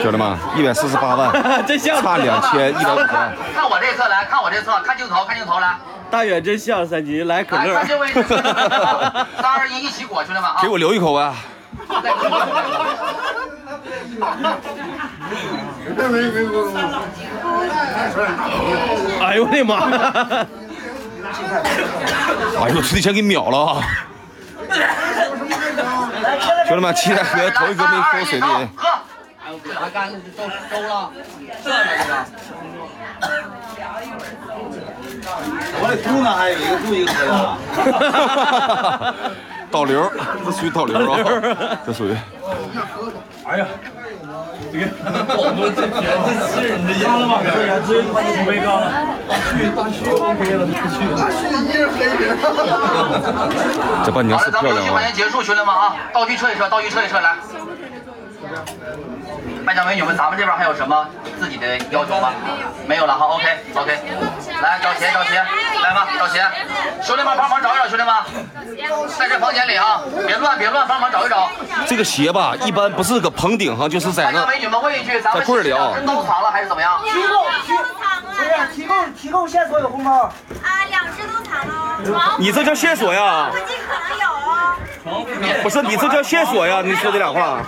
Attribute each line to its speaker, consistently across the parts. Speaker 1: 兄弟们，一百四十八万，
Speaker 2: 真像
Speaker 1: 差两千一百五十万。
Speaker 3: 看我这侧来，看我这侧，看镜头，看镜头来，
Speaker 2: 大远真像三级，来可
Speaker 3: 来
Speaker 2: 乐
Speaker 3: 三。千位， 三二一，一起裹，兄弟们啊！
Speaker 1: 给我留一口啊！
Speaker 2: 哎呦我的妈！
Speaker 1: 哎呦，提前给秒了啊！兄弟们，七台河头一个没收水的人，
Speaker 3: 喝，
Speaker 4: 我这姑娘还有一个住一个呀，
Speaker 1: 导流，这属于导流
Speaker 2: 导流
Speaker 1: 啊，这属于。这半年
Speaker 3: 好
Speaker 1: 是
Speaker 3: 了，咱
Speaker 1: 漂
Speaker 3: 们
Speaker 1: 亮
Speaker 3: 游戏环
Speaker 1: 啊
Speaker 3: 节！结束，兄弟们啊，道具撤一撤，道具撤一撤，来。麦酱美女们，咱们这边还有什么自己的要求吗？没有了哈，OK OK，来找鞋找鞋，来吧找鞋，兄弟们帮忙找一找，兄弟们，在这房间里啊，别乱别乱，帮忙找一找。
Speaker 1: 这个鞋吧，一般不是搁棚顶上，就是在
Speaker 3: 麦
Speaker 1: 哎那
Speaker 3: 酱美女们问一句，咱们
Speaker 1: 在柜儿里啊
Speaker 3: 真都藏了还是怎么样？
Speaker 5: 提供提不是提供提供线索有红包，
Speaker 6: 啊，两只都藏了。
Speaker 1: 你这叫线索呀
Speaker 6: 估计可能有哦。
Speaker 1: 不是，你这叫线索呀！你说这俩话。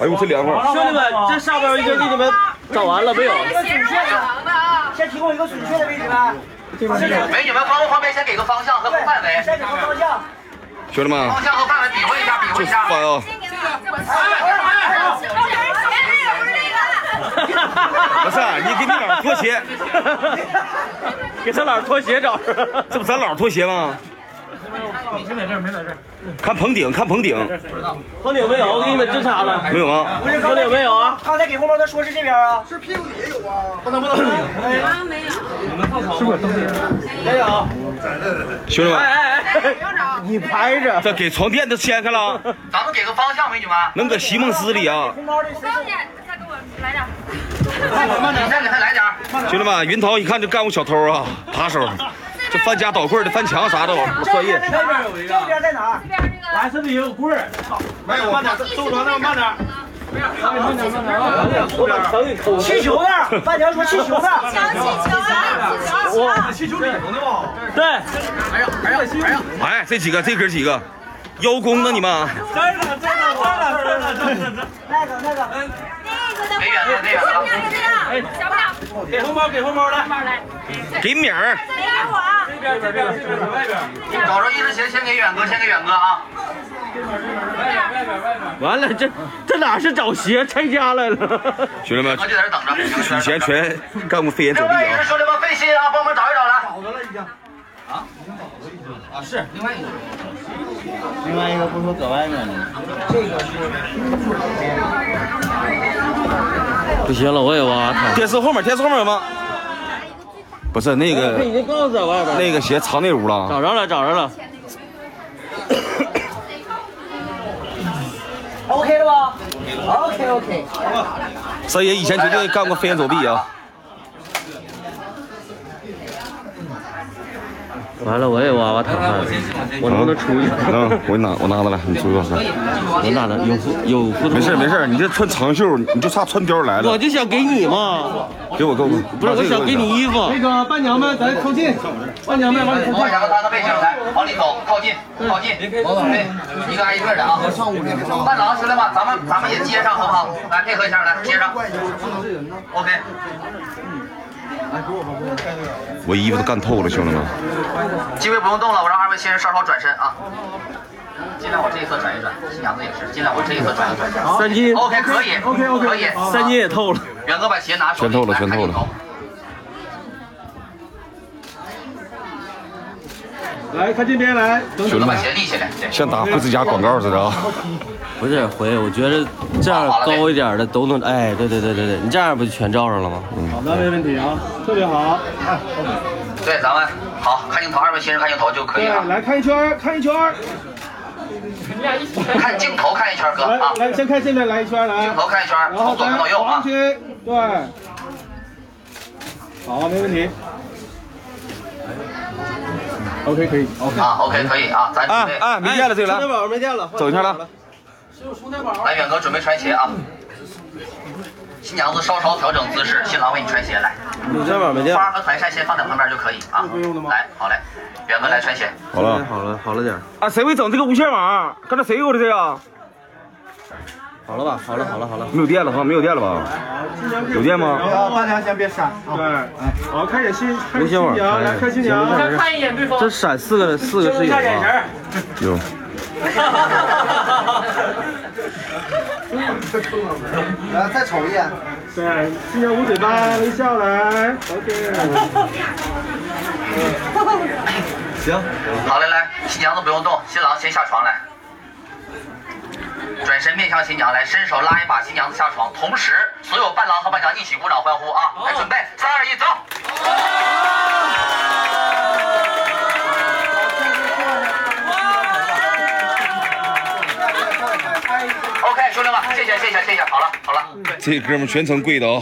Speaker 1: 哎呦，这凉快！
Speaker 2: 兄弟们，这上边一个给你们找完了没有？
Speaker 6: 鞋是我藏的啊。
Speaker 5: 先提供一个准确的位置呗。
Speaker 3: 美女们方不方便先给个方向和范围？
Speaker 5: 先给个方向。
Speaker 1: 兄弟们，
Speaker 3: 方向和范围比划一下，比划
Speaker 1: 这
Speaker 3: 一下。
Speaker 1: 翻啊！不是，你给你俩拖鞋，
Speaker 2: 给他俩拖鞋找着。
Speaker 1: 这不咱老拖鞋吗？没在这儿，没在这儿。看棚顶，看棚顶，
Speaker 2: 头顶没有，我给你们侦查了。
Speaker 1: 没有啊？
Speaker 5: 不是
Speaker 2: 头
Speaker 5: 刚才
Speaker 2: 顶没有啊？
Speaker 5: 刚才给红包的说是这边啊。是
Speaker 1: 兄弟们，
Speaker 2: 哎哎哎，你拍着。
Speaker 1: 这给床垫都掀开了，
Speaker 3: 咱们给个方向，美女们。
Speaker 1: 能搁席梦思里啊！
Speaker 5: 红包的谁？
Speaker 6: 再给我来点。
Speaker 3: 你再给他来点儿。
Speaker 1: 兄弟们，云涛一看就干过小偷啊，扒手，这翻家倒柜的、翻墙啥的，往不专业。
Speaker 5: 这边有一个。这边在哪儿？
Speaker 6: 这边那个。
Speaker 2: 是不是也有棍儿？我把墙给抠了。
Speaker 5: 气球的。范强说气球的。
Speaker 6: 小气球啊，气球啊。
Speaker 2: 对，
Speaker 1: 哎，这几个，这哥几个，邀功呢你们？
Speaker 5: 那个那个。
Speaker 6: 那个的这样，小亮，
Speaker 2: 给红包，给红包来。
Speaker 1: 给米儿，
Speaker 6: 这边我啊。
Speaker 3: 找着一只鞋，先给远哥，先给远哥啊！
Speaker 2: 完了，这这哪啊是找鞋，拆家来了。
Speaker 1: 兄弟们
Speaker 3: 远，哥就在这等着。
Speaker 1: 取钱全干过飞檐走
Speaker 3: 另
Speaker 1: 壁
Speaker 3: 外一只
Speaker 1: 啊！
Speaker 3: 兄弟们费心啊，帮忙找一找来。
Speaker 4: 另外一个不说搁外面呢。
Speaker 2: 不行了，我也挖他。
Speaker 1: 电视后面，电视后面有吗？不是那个
Speaker 2: 已经告诉在外边。
Speaker 1: 那个鞋藏那屋了。
Speaker 2: 找着了，找着了。
Speaker 5: OK 了吧？OK OK。
Speaker 1: 三爷以前绝对干过飞檐走壁啊！
Speaker 2: 完了，我也挖挖他。我能不能出去？
Speaker 1: 嗯，我拿我拿着来，你出去吧。
Speaker 2: 我哪能有胡有胡同？
Speaker 1: 没事没。事，你这穿长袖，你就差穿貂来
Speaker 2: 我
Speaker 1: 了。
Speaker 2: 就想给你嘛，
Speaker 1: 给我给我，
Speaker 2: 不是我想给你衣服。
Speaker 3: 我两个搭个背景来，往里走，靠近，靠近。对，一个挨一个的啊。伴郎，兄弟们，咱们咱们也接上好不好？来配合一下，来接上。OK，
Speaker 1: 我衣服都干透了，兄弟们。
Speaker 3: 机位不用动了，我让二位新人稍稍转身啊。嗯尽量往这一侧转一转，新娘子也是，尽量往这一侧转一转。
Speaker 2: 三金，
Speaker 3: OK，可以，OK OK，可以。
Speaker 2: 三金也透了。
Speaker 3: 远哥把鞋拿手
Speaker 1: 全
Speaker 3: 里，
Speaker 1: 透了
Speaker 3: 来
Speaker 1: 全透了。
Speaker 3: 看镜头
Speaker 1: 兄
Speaker 3: 远
Speaker 1: 弟
Speaker 3: 哥把
Speaker 1: 们，
Speaker 3: 鞋立起来，对。
Speaker 1: 像打惠之家广告似的啊！
Speaker 2: 不是回，我觉得这样高一点的都能，哎，对对对对对，你这样不就全罩上了吗？
Speaker 7: 啊
Speaker 3: 对，咱们好，看镜头，二位新人看镜头就可以了。啊来看一圈，看一圈。看镜头看一圈，哥啊！来，先看这边来一圈，来。镜头看一圈，从左看到右啊！啊，OK，可以啊，咱准备。
Speaker 1: 哎，没见了，这个
Speaker 2: 充电
Speaker 1: 来，
Speaker 2: 宝没电了，
Speaker 1: 走一下来。
Speaker 3: 来，远哥准备穿鞋啊！新娘子稍稍调整姿势，新郎为你穿鞋来。
Speaker 2: 有这碗没地
Speaker 3: 花
Speaker 2: 儿。
Speaker 3: 和团扇先放在旁边就可以啊。来，好嘞，远哥来穿鞋。
Speaker 1: 好了，
Speaker 2: 好了，好了点儿，
Speaker 7: 啊，谁会整这个无线网？刚才谁给我的这个？
Speaker 2: 好了吧，好了，好了，好了。
Speaker 1: 没有电了哈，没有电了吧？有电吗？
Speaker 4: 大家先别闪
Speaker 7: 对，
Speaker 4: 啊！
Speaker 7: 我要开始新
Speaker 2: 吴先网，
Speaker 7: 来看新娘，
Speaker 2: 看一眼对方。这闪四个，四个是有啊。
Speaker 1: 有。
Speaker 4: 来，再瞅一眼。
Speaker 7: 对，新娘捂嘴巴，微笑来，OK。
Speaker 3: 好嘞，来，新娘子不用动，新郎先下床来。转身面向新娘来，伸手拉一把新娘子下床，同时所有伴郎和伴娘一起鼓掌欢呼啊！来，准备，三二一，走。OK，兄弟们，谢谢谢谢谢谢，好了好了，对，
Speaker 1: 这哥们全程跪的啊，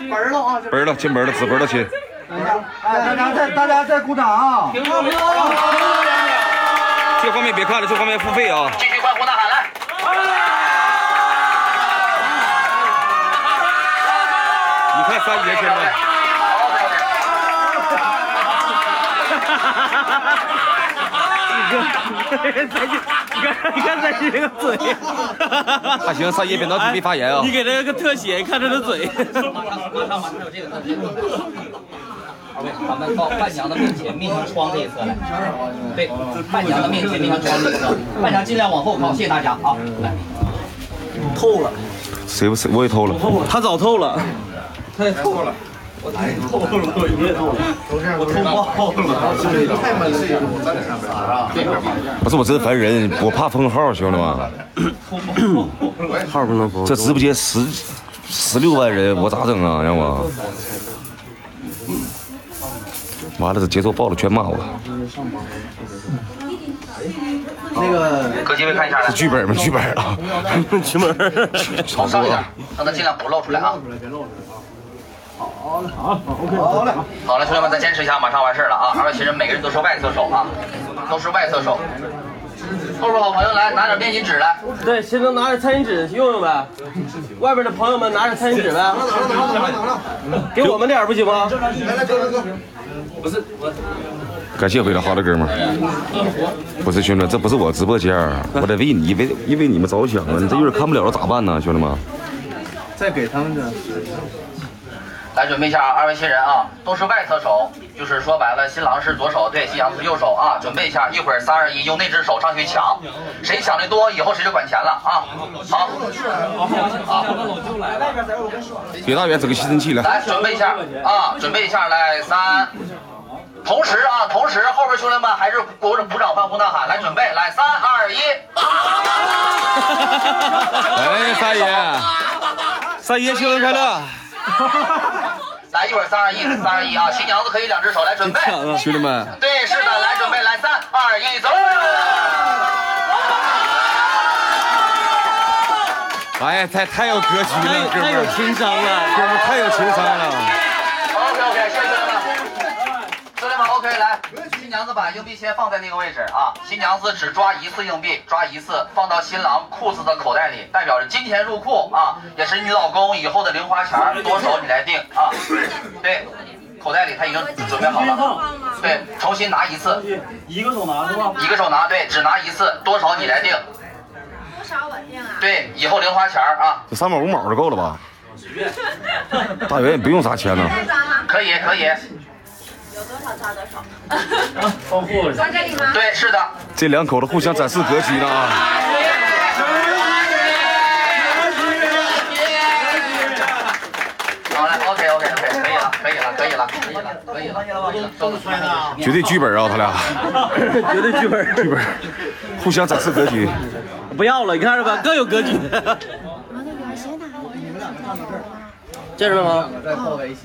Speaker 4: 门儿了啊！
Speaker 1: 盆儿了，亲盆儿了，紫盆儿了，亲。
Speaker 4: 哎，大家再大家再鼓掌啊！
Speaker 1: 这方面别看了，这方面付费啊。
Speaker 3: 继续欢呼呐喊来。
Speaker 1: 你看三节亲们。
Speaker 2: 你看咱这个嘴，
Speaker 1: 还行，三爷扁桃体没发炎啊
Speaker 2: 你。给他个特写，看他的嘴。
Speaker 8: 咱们到伴娘的面前，面向窗这一侧来。对，伴娘的面前，面向窗这一侧。伴娘尽量往后靠，谢谢大家啊！来，
Speaker 1: 谁不谁我也偷了。
Speaker 2: 他早透了，
Speaker 1: 不是我真烦人，我怕封号，兄弟们。
Speaker 2: 号不能封。
Speaker 1: 这直播间十十六万人，我咋整啊？让我。完了，这节奏爆了，全骂我。
Speaker 3: 各机位看一下来
Speaker 1: 这，剧本吗？剧本啊！
Speaker 2: 出门儿。
Speaker 1: 炒
Speaker 3: 上
Speaker 1: 作
Speaker 3: 一点
Speaker 1: 啊！，
Speaker 3: 让他尽量不露出来啊。好嘞，好嘞，好，OK，好嘞，好嘞，兄弟们，再坚持一下，马上完事儿了啊！而且人每个人都是外侧手啊，都是外侧手。都是好朋友来，拿点面巾纸来。
Speaker 2: 对，谁能拿着餐巾纸用用呗？外边的朋友们拿着餐巾纸呗，给我们点儿不行吗？
Speaker 1: 感谢回来好的哥们儿。不是兄弟，这不是我直播间儿，我得为你为因为你们着想啊！你这一会儿看不了了咋办呢，兄弟们？
Speaker 4: 再给他们点。
Speaker 3: 来准备一下啊，二位新人啊，都是外侧手，就是说白了，新郎是左手，对，新娘是右手啊。准备一下，一会儿三二一，用那只手上去抢，谁抢的多，以后谁就管钱了啊。好，好，好。
Speaker 1: 别大元整个吸尘器来。
Speaker 3: 来准备一下啊，准备一下，来三，同时啊，同时后边兄弟们还是鼓掌鼓掌欢呼呐喊，来准备，来三二一，
Speaker 1: 哎，三爷，三爷新年快乐！
Speaker 3: 来一会儿三二一三二一啊，新娘子可以两只手来准备，
Speaker 1: 兄弟们，
Speaker 3: 对，是的，来准备，来三二一，走。
Speaker 1: 哎，太太有格局
Speaker 2: 太
Speaker 1: 了，哥
Speaker 2: 太
Speaker 1: 们
Speaker 2: 有
Speaker 1: 儿，
Speaker 2: 情商了。
Speaker 1: 哥们儿太有情商了。
Speaker 3: OK OK，谢谢兄弟们。兄弟们，OK，来，新娘子把硬币先放在那个位置啊。新娘子只抓一次硬币，抓一次，放到新郎裤子的口袋里，代表着金钱入库啊，也是你老公以后的零花钱儿，多少你来定啊。对，口袋里他已经准备好了。对，重新拿一次，
Speaker 4: 一个手拿是吧？
Speaker 3: 一个手拿，对，只拿一次，多少你来定。
Speaker 6: 多少我定啊？
Speaker 3: 对，以后零花钱儿啊，
Speaker 1: 这三毛五毛就够了吧？大元也不用啥钱呢。
Speaker 3: 可以可以。
Speaker 6: 有多少抓多少。装这里吗？
Speaker 3: 对，是的。
Speaker 1: 这两口子互相展示格局呢啊！
Speaker 3: 好嘞，OK OK OK，可以了，可以了，可以了，可以了，可以了，可以了，都是穿的。
Speaker 1: 绝对剧本啊，他俩
Speaker 2: 绝对剧本，剧本
Speaker 1: 互相展示格局。
Speaker 2: 不要了，你看着吧，更有格局。这是吗？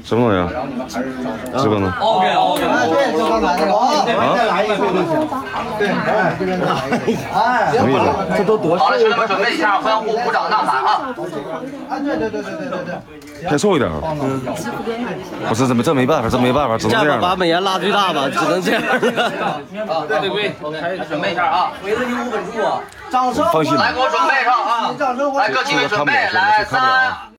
Speaker 1: 什么东西？啊这个呢？
Speaker 4: 哎，对，就刚才那个啊，再来一个就行。对，哎，这边再来一个。哎，
Speaker 1: 什么意思？
Speaker 4: 这都多
Speaker 3: 好了，兄弟们，准备一下欢呼、鼓掌、呐喊啊！
Speaker 4: 啊！对对对对对对对。
Speaker 1: 太瘦一点。啊不是，这没这没办法，这没办法，只
Speaker 2: 这
Speaker 1: 能
Speaker 2: 样吧，
Speaker 1: 这样
Speaker 2: 把
Speaker 1: 了。
Speaker 2: 美颜拉最大吧，只能这样了。
Speaker 3: 啊，对对，准备一下啊！
Speaker 8: 围着你捂本住啊！
Speaker 4: 掌声！
Speaker 1: 放心吧
Speaker 3: 来，给我准备上啊！来，各机位准备，来三。